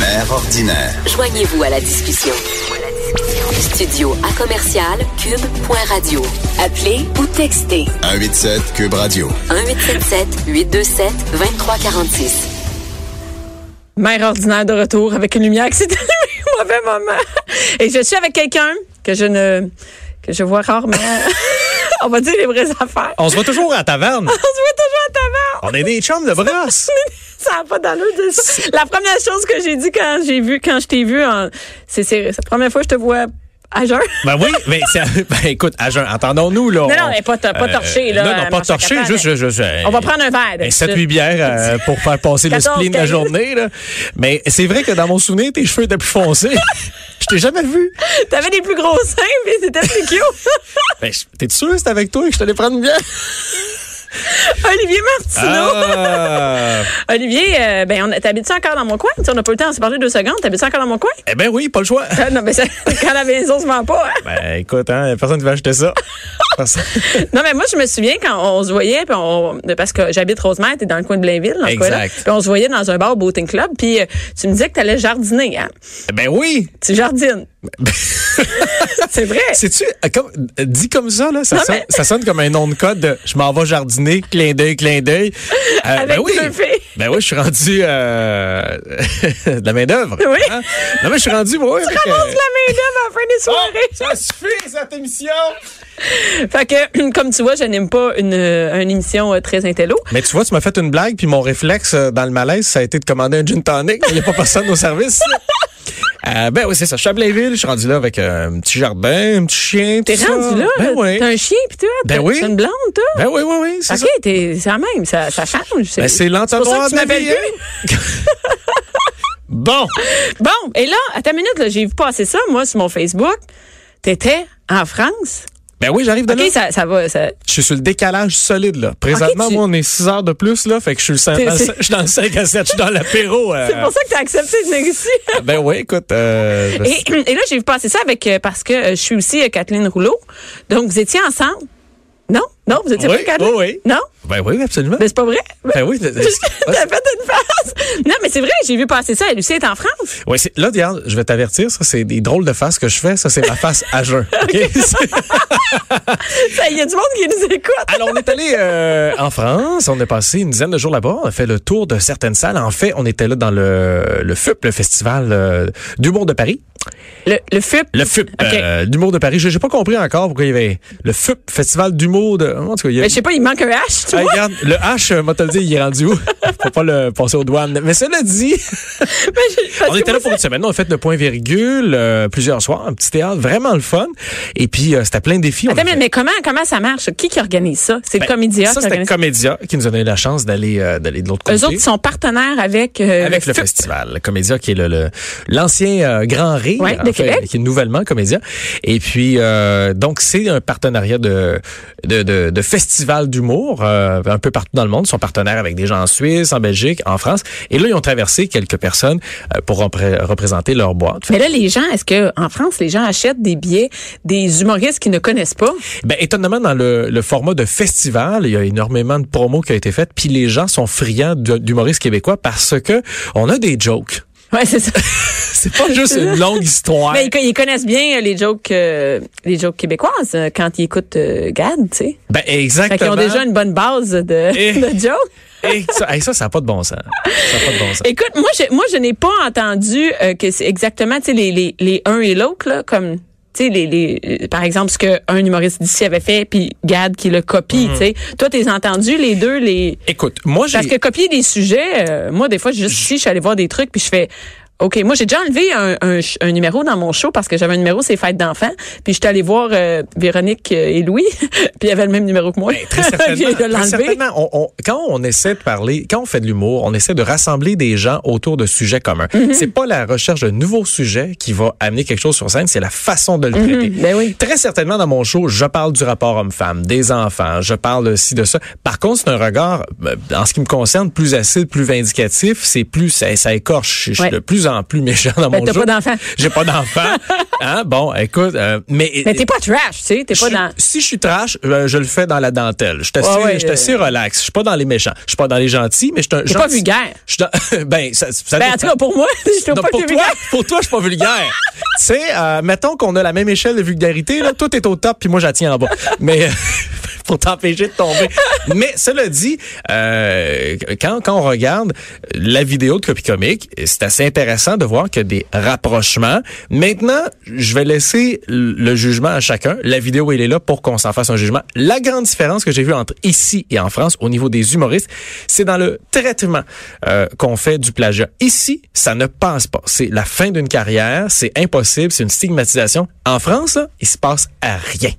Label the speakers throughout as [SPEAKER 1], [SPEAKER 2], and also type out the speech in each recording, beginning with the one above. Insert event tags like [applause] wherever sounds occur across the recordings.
[SPEAKER 1] Mère ordinaire.
[SPEAKER 2] Joignez-vous à la discussion. Studio à commercial cube.radio. Appelez ou textez
[SPEAKER 1] 187 Cube Radio.
[SPEAKER 2] 1877 827 2346.
[SPEAKER 3] Mère ordinaire de retour avec une lumière qui s'est allumée au mauvais moment. [laughs] Et je suis avec quelqu'un que je ne que je vois rarement. [laughs] On va dire les vraies affaires.
[SPEAKER 4] On se voit toujours à taverne.
[SPEAKER 3] On se voit toujours à taverne.
[SPEAKER 4] On est des chums de brosse.
[SPEAKER 3] Ça n'a pas d'allure de ça. La première chose que j'ai dit quand j'ai vu, quand je t'ai vu, en- c'est c'est- c'est la première fois que je te vois à jeun.
[SPEAKER 4] Ben oui, mais ça- ben écoute, à jeun, entendons-nous là.
[SPEAKER 3] Non,
[SPEAKER 4] on-
[SPEAKER 3] non, mais pas, to- pas
[SPEAKER 4] euh,
[SPEAKER 3] torché, là.
[SPEAKER 4] Non, non, pas
[SPEAKER 3] Marc Chacapane,
[SPEAKER 4] torché,
[SPEAKER 3] mais-
[SPEAKER 4] juste, je, je, je-
[SPEAKER 3] On va prendre un verre.
[SPEAKER 4] Ben,
[SPEAKER 3] d'habitude. [laughs]
[SPEAKER 4] 7-8 bières euh, pour faire passer le
[SPEAKER 3] 14,
[SPEAKER 4] spleen de la
[SPEAKER 3] 15.
[SPEAKER 4] journée. Là. Mais c'est vrai que dans mon souvenir, tes cheveux étaient
[SPEAKER 3] [laughs]
[SPEAKER 4] plus foncés. je t'ai jamais vu.
[SPEAKER 3] T'avais des plus gros seins, mais c'était plus cute. [laughs]
[SPEAKER 4] Ben, je- T'es sûr que c'est avec toi que je t'allais prendre une bière?
[SPEAKER 3] Olivier Martineau.
[SPEAKER 4] Ah!
[SPEAKER 3] Olivier, euh, ben, on a- t'habites-tu encore dans mon coin? Tu sais, on n'a pas eu le temps de se parler deux secondes. T'habites-tu encore dans mon coin?
[SPEAKER 4] eh ben oui, pas le choix.
[SPEAKER 3] Ah, [laughs] non, mais ça- quand la maison se vend pas. hein.
[SPEAKER 4] Ben écoute, hein, personne ne va
[SPEAKER 3] [laughs]
[SPEAKER 4] acheter ça. Personne.
[SPEAKER 3] Non, mais moi, je me souviens quand on se voyait, puis on- parce que j'habite Rosemère, t'es dans le coin de Blainville, dans ce
[SPEAKER 4] Exact.
[SPEAKER 3] coin-là. Puis on se voyait dans un bar au Boating Club, puis euh, tu me disais que t'allais jardiner, hein?
[SPEAKER 4] ben oui!
[SPEAKER 3] Tu
[SPEAKER 4] [laughs]
[SPEAKER 3] jardines. c'est vrai.
[SPEAKER 4] Sais-tu, euh, comme, euh, dit comme ça, là, ça,
[SPEAKER 3] Non,
[SPEAKER 4] sonne,
[SPEAKER 3] mais-
[SPEAKER 4] ça sonne comme un nom de code de je m'en vais jardiner, clin d'œil, clin d'œil. Euh,
[SPEAKER 3] Avec
[SPEAKER 4] ben oui.
[SPEAKER 3] deux filles.
[SPEAKER 4] Ben oui, je suis rendu euh, [laughs] de la main-d'œuvre. Hein?
[SPEAKER 3] Oui.
[SPEAKER 4] Non, mais je suis rendu, oui. avec,
[SPEAKER 3] Tu
[SPEAKER 4] euh,
[SPEAKER 3] ramasses la main d'homme à la fin des soirées.
[SPEAKER 4] Oh, ça suffit, cette émission!
[SPEAKER 3] Fait que, [clears throat] comme tu vois, je n'aime pas une, euh, une émission euh, très intello.
[SPEAKER 4] Mais tu vois, tu m'as fait une blague, puis mon réflexe euh, dans le malaise, ça a été de commander un gin tonic. Il n'y a pas personne
[SPEAKER 3] [laughs]
[SPEAKER 4] au service. Euh, ben oui, c'est ça. Je suis à Blainville, je suis rendu là avec euh, un petit jardin, un petit chien, tout
[SPEAKER 3] T'es
[SPEAKER 4] ça.
[SPEAKER 3] rendu là,
[SPEAKER 4] Ben
[SPEAKER 3] là,
[SPEAKER 4] oui.
[SPEAKER 3] t'as un chien, puis toi,
[SPEAKER 4] Ben
[SPEAKER 3] t'as
[SPEAKER 4] oui.
[SPEAKER 3] t'as une blonde, toi.
[SPEAKER 4] Ben oui, oui, oui, c'est ça.
[SPEAKER 3] OK, t'es- c'est la même, ça, ça change.
[SPEAKER 4] Ben, c'est
[SPEAKER 3] pour ça
[SPEAKER 4] l'entonnoir
[SPEAKER 3] que
[SPEAKER 4] de
[SPEAKER 3] tu
[SPEAKER 4] la
[SPEAKER 3] m'appelles
[SPEAKER 4] vie, hein? [laughs] Bon,
[SPEAKER 3] Bon, et là, à ta minute, là, j'ai vu passer ça, moi, sur mon Facebook. T'étais en France.
[SPEAKER 4] ben oui, j'arrive de
[SPEAKER 3] OK,
[SPEAKER 4] là.
[SPEAKER 3] ça, ça va. Ça...
[SPEAKER 4] Je suis sur le décalage solide, là. Présentement,
[SPEAKER 3] Ok, tu-
[SPEAKER 4] moi, on est 6 heures de plus, là. Fait que je suis, le cinq-
[SPEAKER 3] T'es-
[SPEAKER 4] dans, le
[SPEAKER 3] c'est-
[SPEAKER 4] cinq- je suis dans le 5 à 7, je suis dans l'apéro. euh.
[SPEAKER 3] [laughs] C'est pour ça que t'as accepté de négocier.
[SPEAKER 4] Ben oui, écoute. euh, je-
[SPEAKER 3] Et, [laughs] et là, j'ai vu passer ça avec euh, parce que euh, je suis aussi euh, Kathleen Rouleau. Donc, vous étiez ensemble. Non? Non, vous étiez
[SPEAKER 4] Oui,
[SPEAKER 3] pas Kathleen?
[SPEAKER 4] oui, oui.
[SPEAKER 3] Non?
[SPEAKER 4] Ben oui, absolument.
[SPEAKER 3] Ben, c'est pas vrai?
[SPEAKER 4] Ben oui,
[SPEAKER 3] [laughs]
[SPEAKER 4] c'est-
[SPEAKER 3] T'as fait une face. Non, mais c'est vrai, j'ai vu passer ça. Lucie est en France.
[SPEAKER 4] Ouais, c'est- là, regarde, je vais t'avertir, ça, c'est des drôles de faces que je fais. Ça, c'est ma face à jeun.
[SPEAKER 3] [laughs]
[SPEAKER 4] OK? [laughs] C'est-
[SPEAKER 3] [laughs] Ça, Il y a du monde qui nous écoute.
[SPEAKER 4] Alors, on est allé euh, en France. On a passé une dizaine de jours là-bas. On a fait le tour de certaines salles. En fait, on était là dans le, le FUP, le Festival euh, d'humour de Paris.
[SPEAKER 3] Le, le FUP.
[SPEAKER 4] Le FUP,
[SPEAKER 3] OK.
[SPEAKER 4] euh, d'humour de Paris. J'ai j'ai pas compris encore pourquoi il y avait le FUP, Festival d'humour de... En tout cas, il y a...
[SPEAKER 3] Mais Ben, je sais pas, il manque un H, tu
[SPEAKER 4] Hey,
[SPEAKER 3] vois.
[SPEAKER 4] regarde, le H, euh, moi, te le dire, il est rendu où? [laughs] Faut pas le passer aux douanes. Mais cela dit,
[SPEAKER 3] [laughs] Mais je- parce
[SPEAKER 4] on
[SPEAKER 3] que
[SPEAKER 4] était là
[SPEAKER 3] moi,
[SPEAKER 4] pour une semaine. On a fait le point virgule euh, plusieurs soirs, un petit théâtre, vraiment le fun. Et puis, euh, c'était plein de défis. On a
[SPEAKER 3] Attends,
[SPEAKER 4] fait-
[SPEAKER 3] mais, mais comment, comment ça marche? Qui qui organise ça? C'est le
[SPEAKER 4] Ben,
[SPEAKER 3] comédien
[SPEAKER 4] Ça,
[SPEAKER 3] qui
[SPEAKER 4] c'était
[SPEAKER 3] organise
[SPEAKER 4] Comédia qui nous a donné la chance d'aller euh, d'aller de l'autre côté.
[SPEAKER 3] Eux autres, ils sont partenaires avec, euh,
[SPEAKER 4] avec le
[SPEAKER 3] FUP.
[SPEAKER 4] festival Comédia qui est le- le l'ancien euh, Grand Rire
[SPEAKER 3] Ouais, de
[SPEAKER 4] en fait,
[SPEAKER 3] Québec.
[SPEAKER 4] qui est nouvellement Comédia et puis euh, donc c'est un partenariat de de, de, de festival d'humour euh, un peu partout dans le monde ils sont partenaires avec des gens en Suisse en Belgique en France et là ils ont traversé quelques personnes euh, pour repré- représenter leur boîte Fait-
[SPEAKER 3] Mais là, les gens, est-ce que en France, les gens achètent des billets des humoristes qu'ils ne connaissent pas?
[SPEAKER 4] ben étonnamment dans le, le format de festival il y a énormément de promos qui ont été faites puis les gens sont friands de- d'humoristes québécois parce que on a des jokes
[SPEAKER 3] Ouais, c'est ça.
[SPEAKER 4] c'est pas juste
[SPEAKER 3] [laughs]
[SPEAKER 4] une longue histoire
[SPEAKER 3] Mais ils, co- ils connaissent bien euh, les jokes, euh, les jokes québécoises euh, quand ils écoutent euh, Gad, tu sais.
[SPEAKER 4] ben
[SPEAKER 3] Fait qu'ils
[SPEAKER 4] exactement
[SPEAKER 3] ont déjà une bonne base de, [laughs]
[SPEAKER 4] Et-
[SPEAKER 3] de jokes.
[SPEAKER 4] Hey, ça, hey, ça, ça n'a pas de bon sens. Ça n'a pas de bon sens.
[SPEAKER 3] Écoute, moi, je, moi, je n'ai pas entendu euh, que c'est exactement, tu sais, les, les, les uns et l'autre, là, comme, tu sais, les, les, euh, par exemple, ce qu'un humoriste d'ici avait fait, puis Gad qui le copie,
[SPEAKER 4] Mhm.
[SPEAKER 3] tu sais. Toi, t'es entendu les deux, les...
[SPEAKER 4] Écoute, moi, j'ai...
[SPEAKER 3] Parce que copier des sujets, euh, moi, des fois, je- juste ici, je suis allée voir des trucs, puis je fais... OK. Moi, j'ai déjà enlevé un, un, ch- un numéro dans mon show parce que j'avais un numéro, c'est Fête d'enfants. Puis j'étais allée voir euh, Véronique euh, et Louis, [laughs] puis ils avaient le même numéro que moi.
[SPEAKER 4] Ben,
[SPEAKER 3] [laughs]
[SPEAKER 4] Très
[SPEAKER 3] J'ai
[SPEAKER 4] certainement.
[SPEAKER 3] de
[SPEAKER 4] très
[SPEAKER 3] l'enlever.
[SPEAKER 4] certainement. On- on- quand on essaie de parler, quand on fait de l'humour, on essaie de rassembler des gens autour de sujets communs.
[SPEAKER 3] Mhm.
[SPEAKER 4] C'est pas la recherche de nouveaux sujets qui va amener quelque chose sur scène, c'est la façon de le traiter.
[SPEAKER 3] ben oui.
[SPEAKER 4] Très certainement, dans mon show, je parle du rapport homme-femme, des enfants, je parle aussi de ça. Par contre, c'est un regard, ben, en ce qui me concerne, plus acide, plus vindicatif, c'est plus, ça, ça écorche. Je suis
[SPEAKER 3] Ouais.
[SPEAKER 4] de plus en plus méchant dans
[SPEAKER 3] Ben,
[SPEAKER 4] mon
[SPEAKER 3] t'as
[SPEAKER 4] show.
[SPEAKER 3] pas d'enfant.
[SPEAKER 4] J'ai pas
[SPEAKER 3] [laughs]
[SPEAKER 4] d'enfant. Hein? Bon, écoute, euh, mais...
[SPEAKER 3] Mais Ben, t'es pas trash, tu sais. T'es pas
[SPEAKER 4] Je suis-
[SPEAKER 3] dans.
[SPEAKER 4] Si je suis trash, euh, je le fais dans la dentelle. Je suis assez,
[SPEAKER 3] Ouais, ouais, euh,
[SPEAKER 4] je suis assez relax. Je suis pas dans les méchants. Je suis pas dans les gentils, mais je suis un
[SPEAKER 3] T'es pas
[SPEAKER 4] gentil-
[SPEAKER 3] vulgaire.
[SPEAKER 4] Je suis dans- [laughs] ben, ça, ça
[SPEAKER 3] Ben, en
[SPEAKER 4] dépend.
[SPEAKER 3] tout cas, pour moi, [laughs] je trouve
[SPEAKER 4] Non,
[SPEAKER 3] pas
[SPEAKER 4] pour,
[SPEAKER 3] que
[SPEAKER 4] toi, pour toi, je suis pas vulgaire.
[SPEAKER 3] [laughs]
[SPEAKER 4] tu sais, euh, mettons qu'on a la même échelle de vulgarité, là, tout est au top, puis moi, j'attends en bas. Mais [laughs] euh, pour t'empêcher de tomber. Mais cela dit, euh, quand, quand on regarde la vidéo de Copy Comic, c'est assez intéressant de voir qu'il y a des rapprochements. Maintenant, je vais laisser le le jugement à chacun. La vidéo, elle est là pour qu'on s'en fasse un jugement. La grande différence que j'ai vue entre ici et en France, au niveau des humoristes, c'est dans le traitement euh, qu'on fait du plagiat. Ici, ça ne passe pas. C'est la fin d'une carrière, c'est impossible, c'est une stigmatisation. En France, là, il se passe à rien.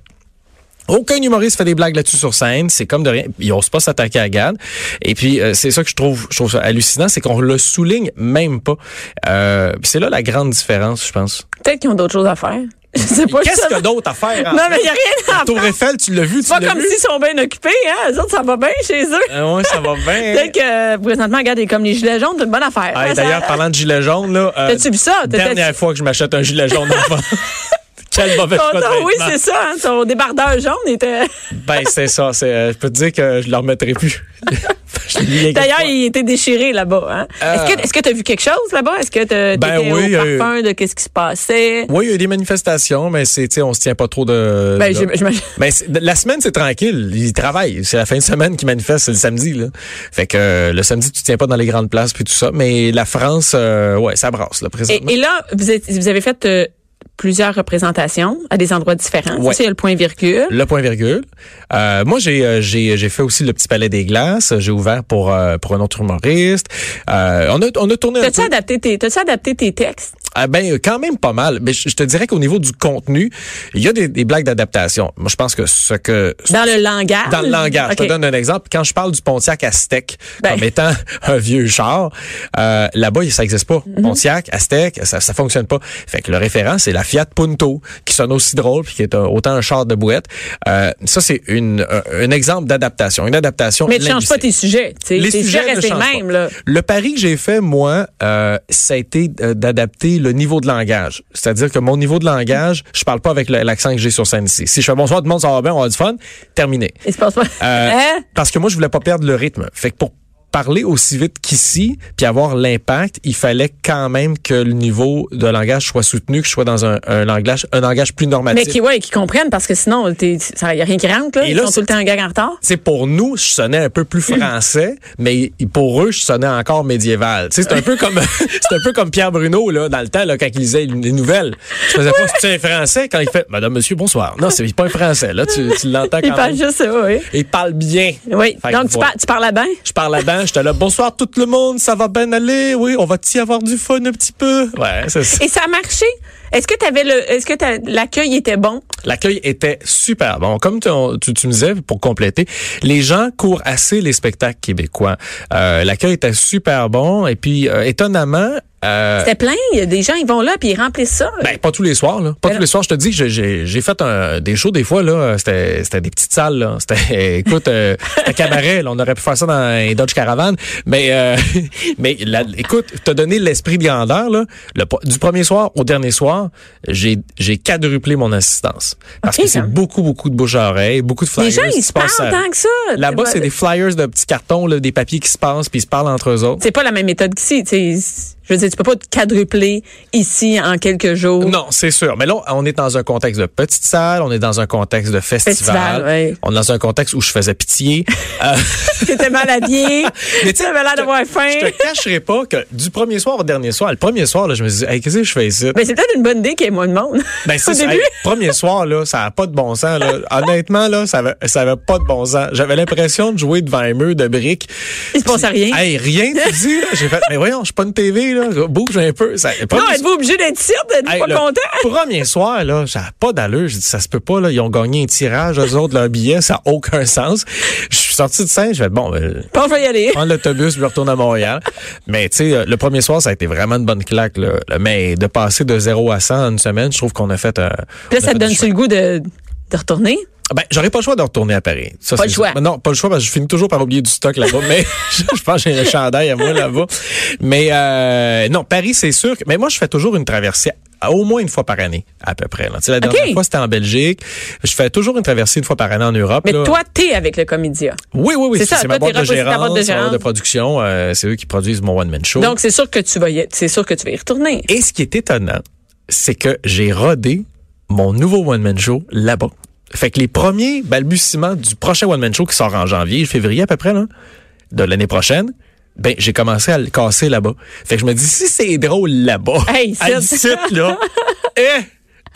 [SPEAKER 4] Aucun humoriste fait des blagues là-dessus sur scène, c'est comme de rien. Ils osent pas s'attaquer à Gad. Et puis euh, c'est ça que je trouve, je trouve ça hallucinant, c'est qu'on le souligne même pas. Euh, puis c'est là la grande différence, je pense.
[SPEAKER 3] Peut-être qu'ils ont d'autres choses à faire. [laughs] Je sais pas.
[SPEAKER 4] Qu'est-ce qu'il y
[SPEAKER 3] justement.
[SPEAKER 4] a d'autre à faire en
[SPEAKER 3] Non,
[SPEAKER 4] fait?
[SPEAKER 3] mais il a rien à
[SPEAKER 4] Tour
[SPEAKER 3] faire.
[SPEAKER 4] Eiffel, tu l'as vu, tu
[SPEAKER 3] C'est pas
[SPEAKER 4] l'as
[SPEAKER 3] comme
[SPEAKER 4] vu.
[SPEAKER 3] s'ils sont bien occupés, hein. Eux autres, ça va bien chez eux.
[SPEAKER 4] Ah ouais, ça va bien.
[SPEAKER 3] [laughs] Peut-être que euh, présentement, regarde, il est comme les gilets jaunes, c'est une bonne affaire.
[SPEAKER 4] Ah, et
[SPEAKER 3] Ça,
[SPEAKER 4] D'ailleurs,
[SPEAKER 3] ça-
[SPEAKER 4] parlant de gilet jaune, là, euh,
[SPEAKER 3] T'as-tu vu ça? T'as-
[SPEAKER 4] dernière
[SPEAKER 3] t'as-
[SPEAKER 4] fois que je m'achète un gilet jaune d'enfant.
[SPEAKER 3] [laughs]
[SPEAKER 4] Quel mauvais
[SPEAKER 3] Ton-
[SPEAKER 4] choix de
[SPEAKER 3] ton- Ah, oui,
[SPEAKER 4] vêtement.
[SPEAKER 3] c'est ça. Hein, son débardeur jaune
[SPEAKER 4] [laughs]
[SPEAKER 3] était.
[SPEAKER 4] Ben c'est ça, c'est, euh, je peux te dire que je le remettrai plus. [laughs] Je l'ai mis il y a quelques
[SPEAKER 3] D'ailleurs,
[SPEAKER 4] fois.
[SPEAKER 3] il était déchiré là-bas. Hein?
[SPEAKER 4] Euh.
[SPEAKER 3] Est-ce que est-ce que t'as vu quelque chose là-bas? Est-ce que t'as- t'étais
[SPEAKER 4] Ben oui,
[SPEAKER 3] au
[SPEAKER 4] euh,
[SPEAKER 3] parfum de qu'est-ce qui se passait?
[SPEAKER 4] Oui, il y a eu des manifestations, mais c'est, tu sais, on se tient pas trop de.
[SPEAKER 3] Ben,
[SPEAKER 4] de-
[SPEAKER 3] j'im- j'imagine-
[SPEAKER 4] Mais c'est- la semaine, c'est tranquille. Ils travaillent. C'est la fin de semaine qu'ils manifestent, c'est le samedi, là. Fait que euh, le samedi, tu te tiens pas dans les grandes places puis tout ça. Mais la France, euh, ouais, ça brasse, là,
[SPEAKER 3] Et,
[SPEAKER 4] présentement.
[SPEAKER 3] et là, vous, êtes- vous avez fait euh, plusieurs représentations à des endroits différents.
[SPEAKER 4] Ouais.
[SPEAKER 3] Ça, c'est le point virgule.
[SPEAKER 4] Le point virgule. Euh, moi, j'ai, euh, j'ai, j'ai fait aussi le petit palais des glaces. J'ai ouvert pour, euh, pour un autre humoriste. Euh, on a, on a tourné un
[SPEAKER 3] T'as-tu
[SPEAKER 4] peu.
[SPEAKER 3] adapté, tes- t'as-tu adapté tes textes?
[SPEAKER 4] Ah ben, euh, quand même pas mal. Mais je, je te dirais qu'au niveau du contenu, il y a des, des blagues d'adaptation. Moi, je pense que ce que,
[SPEAKER 3] Dans le langage?
[SPEAKER 4] Dans le langage. Je
[SPEAKER 3] Ok.
[SPEAKER 4] te donne un exemple. Quand je parle du Pontiac Aztec
[SPEAKER 3] Ben.
[SPEAKER 4] comme étant un vieux char, euh, là-bas, ça n'existe pas.
[SPEAKER 3] Mhm.
[SPEAKER 4] Pontiac, Aztec, ça ne fonctionne pas. Fait que le référent, c'est la Fiat Punto, qui sonne aussi drôle, puis qui est un- autant un char de boîte. Euh, ça, c'est une, un- un exemple d'adaptation. Une adaptation
[SPEAKER 3] Mais tu changes pas
[SPEAKER 4] linguistique.
[SPEAKER 3] tes sujets. tu sais.
[SPEAKER 4] Les
[SPEAKER 3] tes
[SPEAKER 4] sujets ne
[SPEAKER 3] restent les
[SPEAKER 4] changent pas.
[SPEAKER 3] mêmes. Là.
[SPEAKER 4] Le pari que j'ai fait, moi, euh, ça a été euh, d'adapter le niveau de langage. C'est-à-dire que mon niveau de langage, je parle pas avec le- l'accent que j'ai sur scène ici. Si je fais bonsoir tout le monde, ça va bien, on a du fun, terminé.
[SPEAKER 3] Il se passe pas.
[SPEAKER 4] Euh,
[SPEAKER 3] Hein?
[SPEAKER 4] Parce que moi, je voulais pas perdre le rythme. Fait que pour parler aussi vite qu'ici, puis avoir l'impact, il fallait quand même que le niveau de langage soit soutenu, que je sois dans un, un langage, un langage plus normatif.
[SPEAKER 3] Mais qui, ouais, qui comprennent parce que sinon, il n'y a rien qui rentre. Là.
[SPEAKER 4] ben, Et
[SPEAKER 3] Ils
[SPEAKER 4] là,
[SPEAKER 3] sont tout le temps un gag en retard.
[SPEAKER 4] Tu sais, pour nous, je sonnais un peu plus
[SPEAKER 3] Mm.
[SPEAKER 4] français, mais pour eux, je sonnais encore médiéval. Tu sais, C'est un peu comme [laughs] c'est un peu comme Pierre Bruno là, dans le temps là, quand il lisait les nouvelles. Je faisais pas c'est un français quand il fait Madame Monsieur bonsoir. Non, c'est pas un français là, tu, tu l'entends
[SPEAKER 3] Ils
[SPEAKER 4] quand
[SPEAKER 3] parlent
[SPEAKER 4] même.
[SPEAKER 3] juste ça, oui.
[SPEAKER 4] Il parle bien.
[SPEAKER 3] Oui.
[SPEAKER 4] Fait que
[SPEAKER 3] Donc, tu,
[SPEAKER 4] voilà.
[SPEAKER 3] parles, tu parles à bain.
[SPEAKER 4] Je parle là-dedans, j'étais là, bonsoir tout le monde, ça va bien aller, oui, on va-t'y avoir du fun un petit peu? Ouais, c'est ça.
[SPEAKER 3] Et ça a marché? Est-ce que t'avais le, est-ce que t'as- l'accueil était bon?
[SPEAKER 4] L'accueil était super bon. Comme tu, on- tu, tu me disais, pour compléter, les gens courent assez les spectacles québécois. Euh, L'accueil était super bon, et puis, euh, étonnamment, euh,
[SPEAKER 3] C'était plein. Il y a des gens, ils vont là puis ils remplissent ça.
[SPEAKER 4] Ben, pas tous les soirs, là. Pas
[SPEAKER 3] Ben
[SPEAKER 4] tous
[SPEAKER 3] non.
[SPEAKER 4] les soirs, je te dis, j'ai- j'ai j'ai fait un- des shows des fois, là. C'était c'était des petites salles, là. C'était, [laughs] écoute, euh, c'était cabaret, là. On aurait pu faire ça dans un Dodge Caravan. Mais, euh, [laughs] mais la- écoute, t'as donné l'esprit de grandeur, là. Le po- du premier soir au dernier soir, j'ai j'ai quadruplé mon assistance. Parce
[SPEAKER 3] Ok,
[SPEAKER 4] que c'est
[SPEAKER 3] quand même.
[SPEAKER 4] beaucoup, beaucoup de bouche à oreille, beaucoup de flyers.
[SPEAKER 3] les gens,
[SPEAKER 4] qui
[SPEAKER 3] ils se parlent
[SPEAKER 4] passent à-
[SPEAKER 3] tant que ça.
[SPEAKER 4] Là-bas, c'est
[SPEAKER 3] pas-
[SPEAKER 4] des flyers de petits cartons, là, des papiers qui se passent, puis ils se parlent entre eux autres.
[SPEAKER 3] C'est pas la même méthode qu'ici. tu sais. Je veux dire, tu peux pas te quadrupler ici en quelques jours. [laughs]
[SPEAKER 4] Non, c'est sûr. Mais là, on est dans un contexte de petite salle, on est dans un contexte de festival.
[SPEAKER 3] Festival, ouais.
[SPEAKER 4] On est dans un contexte où je
[SPEAKER 3] [laughs]
[SPEAKER 4] faisais pitié. Euh,
[SPEAKER 3] T'étais mal habillé.
[SPEAKER 4] [laughs] Mais
[SPEAKER 3] Mais
[SPEAKER 4] tu
[SPEAKER 3] tu
[SPEAKER 4] sais,
[SPEAKER 3] avais l'air d'avoir faim.
[SPEAKER 4] je te cacherai pas que du premier soir au dernier soir, le premier soir, là, je me suis dit, hey, qu'est-ce que je fais ici?
[SPEAKER 3] Mais Ben, c'est peut-être une bonne idée qu'il y ait moins de monde. [laughs]
[SPEAKER 4] Ben,
[SPEAKER 3] Au
[SPEAKER 4] c'est ça.
[SPEAKER 3] début,
[SPEAKER 4] Hey, premier soir, là, ça n'a pas de bon
[SPEAKER 3] [laughs]
[SPEAKER 4] sens. Là. Honnêtement, là, ça avait, ça avait pas de bon sens. J'avais l'impression de jouer devant un mur de briques.
[SPEAKER 3] il se passe rien.
[SPEAKER 4] Hey, rien, tu dis? là? J'ai fait, mais voyons, je suis pas une TV, là. là, bouge un peu. Ça,
[SPEAKER 3] Non,
[SPEAKER 4] premier-
[SPEAKER 3] êtes-vous obligé d'être sûr d'être
[SPEAKER 4] Hey,
[SPEAKER 3] pas
[SPEAKER 4] le
[SPEAKER 3] content?
[SPEAKER 4] [laughs] Premier soir, là, ça a pas d'allure. J'ai dit, ça se peut pas, là. Ils ont gagné un tirage, eux autres, leur billet. Ça n'a aucun sens. Je suis sorti de scène, je vais bon, ben,
[SPEAKER 3] Bon, je vais y aller.
[SPEAKER 4] prendre l'autobus, je retourne à Montréal. Mais, tu sais, euh, le premier soir, ça a été vraiment une bonne claque, là. Mais de passer de 0 à 100 en une semaine, je trouve qu'on a fait, euh,
[SPEAKER 3] Puis là,
[SPEAKER 4] on
[SPEAKER 3] ça
[SPEAKER 4] a fait
[SPEAKER 3] te
[SPEAKER 4] du
[SPEAKER 3] donne-tu
[SPEAKER 4] chemin.
[SPEAKER 3] le goût de, de retourner?
[SPEAKER 4] Ben, j'aurais pas le choix de retourner à Paris. Ça,
[SPEAKER 3] Pas
[SPEAKER 4] c'est
[SPEAKER 3] le
[SPEAKER 4] sûr.
[SPEAKER 3] choix.
[SPEAKER 4] Non, pas le choix parce que je finis toujours par oublier du stock là-bas, mais [laughs] je, je pense que j'ai un chandail à moi là-bas. Mais euh, non, Paris, c'est sûr. que- mais moi, je fais toujours une traversée à- au moins une fois par année, à peu près. Là. Tu sais, La dernière fois, c'était en Belgique. Je fais toujours une traversée une fois par année en Europe.
[SPEAKER 3] Mais
[SPEAKER 4] là.
[SPEAKER 3] toi, t'es avec le comédia.
[SPEAKER 4] oui, oui, oui.
[SPEAKER 3] C'est ça,
[SPEAKER 4] ma
[SPEAKER 3] toi,
[SPEAKER 4] boîte
[SPEAKER 3] t'es
[SPEAKER 4] de
[SPEAKER 3] représentant
[SPEAKER 4] gérance,
[SPEAKER 3] de boîte de
[SPEAKER 4] ma boîte de
[SPEAKER 3] gérance.
[SPEAKER 4] production. euh, c'est eux qui produisent mon one-man show.
[SPEAKER 3] Donc, c'est sûr que tu vas y, c'est sûr que tu vas y retourner.
[SPEAKER 4] Et ce qui est étonnant, c'est que j'ai rodé mon nouveau one-man show là-bas. Fait que les premiers balbutiements du prochain one-man show qui sort en janvier, février à peu près, là, de l'année prochaine, ben, j'ai commencé à le casser là-bas. Fait que je me dis, si c'est drôle là-bas, [laughs]
[SPEAKER 3] Hey,
[SPEAKER 4] à
[SPEAKER 3] ici.
[SPEAKER 4] ici, là,
[SPEAKER 3] [laughs]
[SPEAKER 4] eh,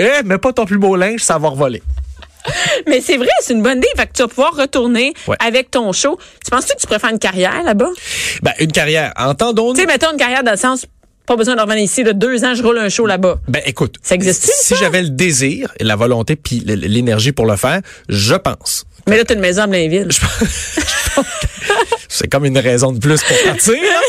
[SPEAKER 4] eh, mets pas ton plus beau linge, ça va revoler.
[SPEAKER 3] Mais c'est vrai, c'est une bonne idée. Fait que tu vas pouvoir retourner
[SPEAKER 4] Ouais.
[SPEAKER 3] avec ton show. Tu penses-tu que tu pourrais faire une carrière là-bas?
[SPEAKER 4] Ben, une carrière, entendons-nous.
[SPEAKER 3] Tu sais, mettons une carrière dans le sens, pas besoin de revenir ici. Là, deux ans, je roule un show là-bas.
[SPEAKER 4] Ben écoute,
[SPEAKER 3] Ça existe-tu,
[SPEAKER 4] si
[SPEAKER 3] ça?
[SPEAKER 4] j'avais le désir, la volonté puis l- l'énergie pour le faire, je pense
[SPEAKER 3] Mais là, t'as une maison à Blainville.
[SPEAKER 4] c'est comme une raison de plus pour partir.
[SPEAKER 3] [laughs]
[SPEAKER 4] là.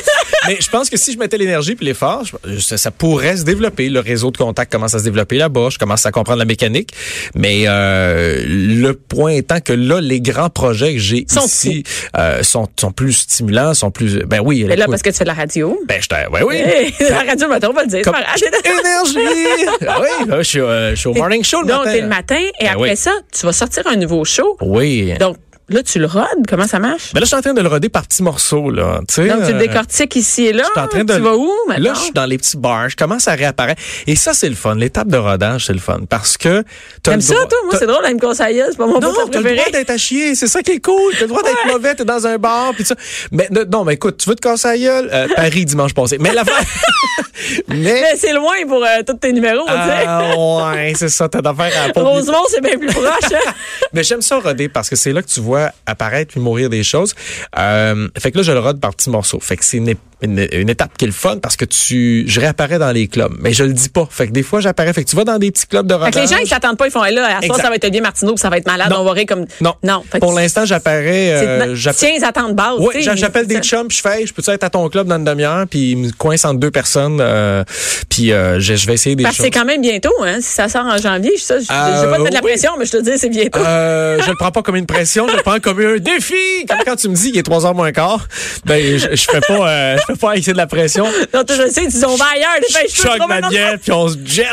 [SPEAKER 4] Mais je pense que si je mettais l'énergie puis l'effort, je- ça, ça pourrait se développer. Le réseau de contacts commence à se développer là-bas. Je commence à comprendre la mécanique. Mais euh, le point étant que là, les grands projets que j'ai
[SPEAKER 3] Sont
[SPEAKER 4] ici euh, sont, sont plus stimulants, sont plus... Ben oui,
[SPEAKER 3] Mais là,
[SPEAKER 4] écoute,
[SPEAKER 3] parce que tu fais de la radio.
[SPEAKER 4] ben, je t'ai- ouais, oui.
[SPEAKER 3] Hey, [laughs] la radio, mettons, on va le dire. c'est
[SPEAKER 4] [laughs] Comme-
[SPEAKER 3] pas grave.
[SPEAKER 4] Énergie! Ah oui, là, je, suis, euh, je suis au morning show le
[SPEAKER 3] Donc,
[SPEAKER 4] matin.
[SPEAKER 3] t'es le matin et
[SPEAKER 4] Ben
[SPEAKER 3] après
[SPEAKER 4] oui.
[SPEAKER 3] ça, tu vas sortir un nouveau show.
[SPEAKER 4] Oui.
[SPEAKER 3] Donc, là, tu le rodes. Comment ça marche?
[SPEAKER 4] Ben là, je suis en train de le roder par petits morceaux. Là, tu sais,
[SPEAKER 3] Donc, tu le
[SPEAKER 4] euh,
[SPEAKER 3] décortiques ici et là.
[SPEAKER 4] Je suis en train de-
[SPEAKER 3] Ah, Tu vas où maintenant?
[SPEAKER 4] Là, je suis dans les petits bars. Je commence à réapparaître. Et ça, c'est le fun. L'étape de rodage, c'est le fun. Parce que. t'as
[SPEAKER 3] T'aimes
[SPEAKER 4] le
[SPEAKER 3] ça,
[SPEAKER 4] droit-
[SPEAKER 3] toi? Moi,
[SPEAKER 4] t'as-
[SPEAKER 3] c'est drôle, la me conseiller, c'est pas mon
[SPEAKER 4] non,
[SPEAKER 3] poste
[SPEAKER 4] t'as le
[SPEAKER 3] préféré.
[SPEAKER 4] droit d'être à chier, c'est ça qui est cool. T'as le droit d'être mauvais, t'es dans un bar, puis tout ça. Mais ne- non, mais écoute, tu veux te casser la gueule? Euh, Paris dimanche passé. Mais la [laughs] mais
[SPEAKER 3] [laughs] Mais c'est loin pour euh, tous tes numéros, on dirait.
[SPEAKER 4] ah ouais, c'est ça, t'as d'affaires
[SPEAKER 3] [laughs]
[SPEAKER 4] à la pompe.
[SPEAKER 3] Rosemont, c'est bien plus proche.
[SPEAKER 4] [laughs]
[SPEAKER 3] hein.
[SPEAKER 4] Mais j'aime ça roder parce que c'est là que tu vois apparaître puis mourir des choses. Euh, fait que là, je le rode par petits morceaux. Fait que c'est une, une- une étape qui est le fun parce que tu, je réapparais dans les clubs, mais je le dis pas. Fait que des fois, j'apparais. Fait que tu vas dans des petits clubs de
[SPEAKER 3] Fait
[SPEAKER 4] rodage.
[SPEAKER 3] que les gens, ils s'attendent pas, ils font, Eh là, à ce soir,
[SPEAKER 4] Exact.
[SPEAKER 3] ça va être bien Martineau, puis ça va être malade,
[SPEAKER 4] Non.
[SPEAKER 3] on va rire comme.
[SPEAKER 4] Non.
[SPEAKER 3] Non. Fait que
[SPEAKER 4] Pour
[SPEAKER 3] tu-
[SPEAKER 4] l'instant, j'apparais.
[SPEAKER 3] c'est-
[SPEAKER 4] euh,
[SPEAKER 3] non,
[SPEAKER 4] j'app-
[SPEAKER 3] Tiens, ils attendent base.
[SPEAKER 4] Ouais,
[SPEAKER 3] tu sais,
[SPEAKER 4] j'a- j'appelle des
[SPEAKER 3] ça-
[SPEAKER 4] chums, puis je fais, Hey, je peux-tu être à ton club dans une demi-heure, puis ils me coincent entre deux personnes, euh, puis euh, je, je vais essayer des
[SPEAKER 3] Parce que
[SPEAKER 4] choses.
[SPEAKER 3] c'est quand même bientôt, hein. Si ça sort en janvier, je, ça, je, je
[SPEAKER 4] Euh,
[SPEAKER 3] vais pas te mettre la
[SPEAKER 4] oui.
[SPEAKER 3] pression, mais je te dis, c'est bientôt. [laughs]
[SPEAKER 4] Euh, je le prends pas comme une pression, je le prends comme un défi. Comme quand tu me dis qu'il est 3 heures moins quart, ben je, je fais pas euh, je fais pas essayer de la pression.
[SPEAKER 3] Non, toi, je le sais, ils disent, on va ailleurs,
[SPEAKER 4] Je
[SPEAKER 3] dépêche-toi.
[SPEAKER 4] choque
[SPEAKER 3] trop
[SPEAKER 4] ma
[SPEAKER 3] maintenant.
[SPEAKER 4] bière puis on se jette.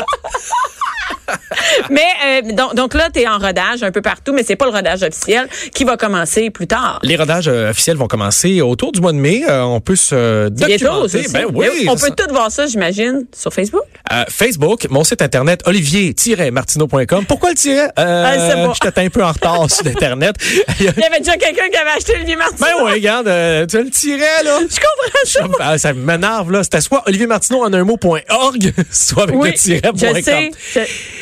[SPEAKER 3] Mais, euh, donc, donc là, t'es en rodage un peu partout, mais c'est pas le rodage officiel qui va commencer plus tard.
[SPEAKER 4] Les rodages euh, officiels vont commencer autour du mois de mai. Euh, on peut se
[SPEAKER 3] Bientôt,
[SPEAKER 4] documenter.
[SPEAKER 3] c'est ça.
[SPEAKER 4] ben oui.
[SPEAKER 3] On
[SPEAKER 4] ça-
[SPEAKER 3] peut tout voir ça, j'imagine, sur Facebook.
[SPEAKER 4] Euh, Facebook, mon site internet olivier-martineau.com. Pourquoi le tiret Euh,
[SPEAKER 3] Ah, c'est bon.
[SPEAKER 4] Je t'étais un peu en retard
[SPEAKER 3] [laughs]
[SPEAKER 4] sur internet.
[SPEAKER 3] Il y avait déjà quelqu'un qui avait acheté le vieux Martin.
[SPEAKER 4] [laughs] ben oui, regarde, euh, tu le tiret là.
[SPEAKER 3] Je comprends ça.
[SPEAKER 4] Ah, ben, ça m'énerve, là. C'était soit Olivier Martineau en un mot.org, [laughs] soit avec
[SPEAKER 3] Oui,
[SPEAKER 4] le tiret
[SPEAKER 3] je
[SPEAKER 4] point com.
[SPEAKER 3] sais. Je-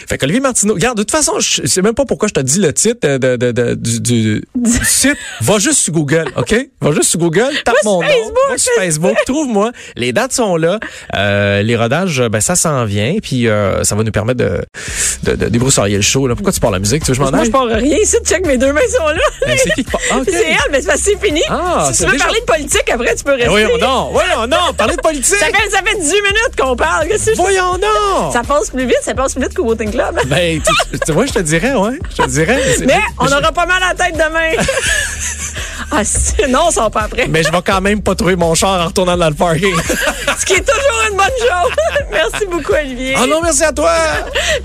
[SPEAKER 4] Fait qu'Olivier Martineau, regarde, de toute façon, je je sais même pas pourquoi je te dis le titre euh, de, de- de- du, du-
[SPEAKER 3] [laughs]
[SPEAKER 4] du site. Va juste sur Google, OK? Va juste sur Google, tape
[SPEAKER 3] sur
[SPEAKER 4] mon nom,
[SPEAKER 3] Facebook,
[SPEAKER 4] va sur Facebook, trouve-moi. Les dates sont là. Euh, les rodages, ben, ça s'en vient. Puis euh, ça va nous permettre de, de, de débroussailler le show. Là. Pourquoi tu parles de la musique? Tu veux que je m'en
[SPEAKER 3] Moi,
[SPEAKER 4] aille?
[SPEAKER 3] je pars rien ici, check mes deux mains sont là.
[SPEAKER 4] Ben, c'est qui qui part? Ah, OK.
[SPEAKER 3] [laughs] C'est elle, mais c'est parce que c'est fini.
[SPEAKER 4] Ah,
[SPEAKER 3] si
[SPEAKER 4] c'est
[SPEAKER 3] tu veux
[SPEAKER 4] déjà-
[SPEAKER 3] parler de politique, après, tu peux rester.
[SPEAKER 4] Ben, voyons donc, voyons donc, parler de politique!
[SPEAKER 3] Ça fait, ça fait 18 minutes qu'on parle. Qu'est-ce que je-
[SPEAKER 4] Voyons donc!
[SPEAKER 3] Ça passe plus vite, ça passe plus vite qu'au Voting Club.
[SPEAKER 4] [laughs] Ben, tu, tu vois, je te dirais, ouais. Je te dirais. mais c'est-
[SPEAKER 3] Mais on aura pas mal à la tête
[SPEAKER 4] [laughs]
[SPEAKER 3] demain. ah, c'est- non, on sort pas après.
[SPEAKER 4] mais je vais quand même pas trouver mon char en retournant dans
[SPEAKER 3] [laughs]
[SPEAKER 4] le parking.
[SPEAKER 3] Ce qui est toujours une bonne chose. [laughs] Merci beaucoup, Olivier.
[SPEAKER 4] oh non, merci à toi!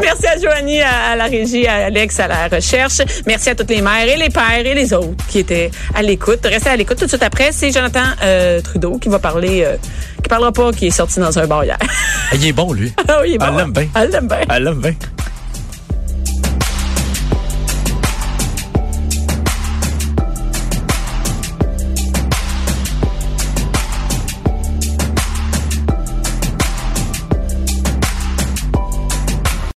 [SPEAKER 3] Merci à Joanie, à, à la régie, à Alex, à la recherche. Merci à toutes les mères et les pères et les autres qui étaient à l'écoute. Restez à l'écoute tout de suite après. C'est Jonathan euh, Trudeau qui va parler, euh, qui parlera pas, qui est sorti dans un bar hier. [laughs]
[SPEAKER 4] Il est bon, lui.
[SPEAKER 3] Ah oui, il est
[SPEAKER 4] Elle
[SPEAKER 3] bon.
[SPEAKER 4] l'aime bien.
[SPEAKER 3] Elle l'aime bien.
[SPEAKER 4] I love it.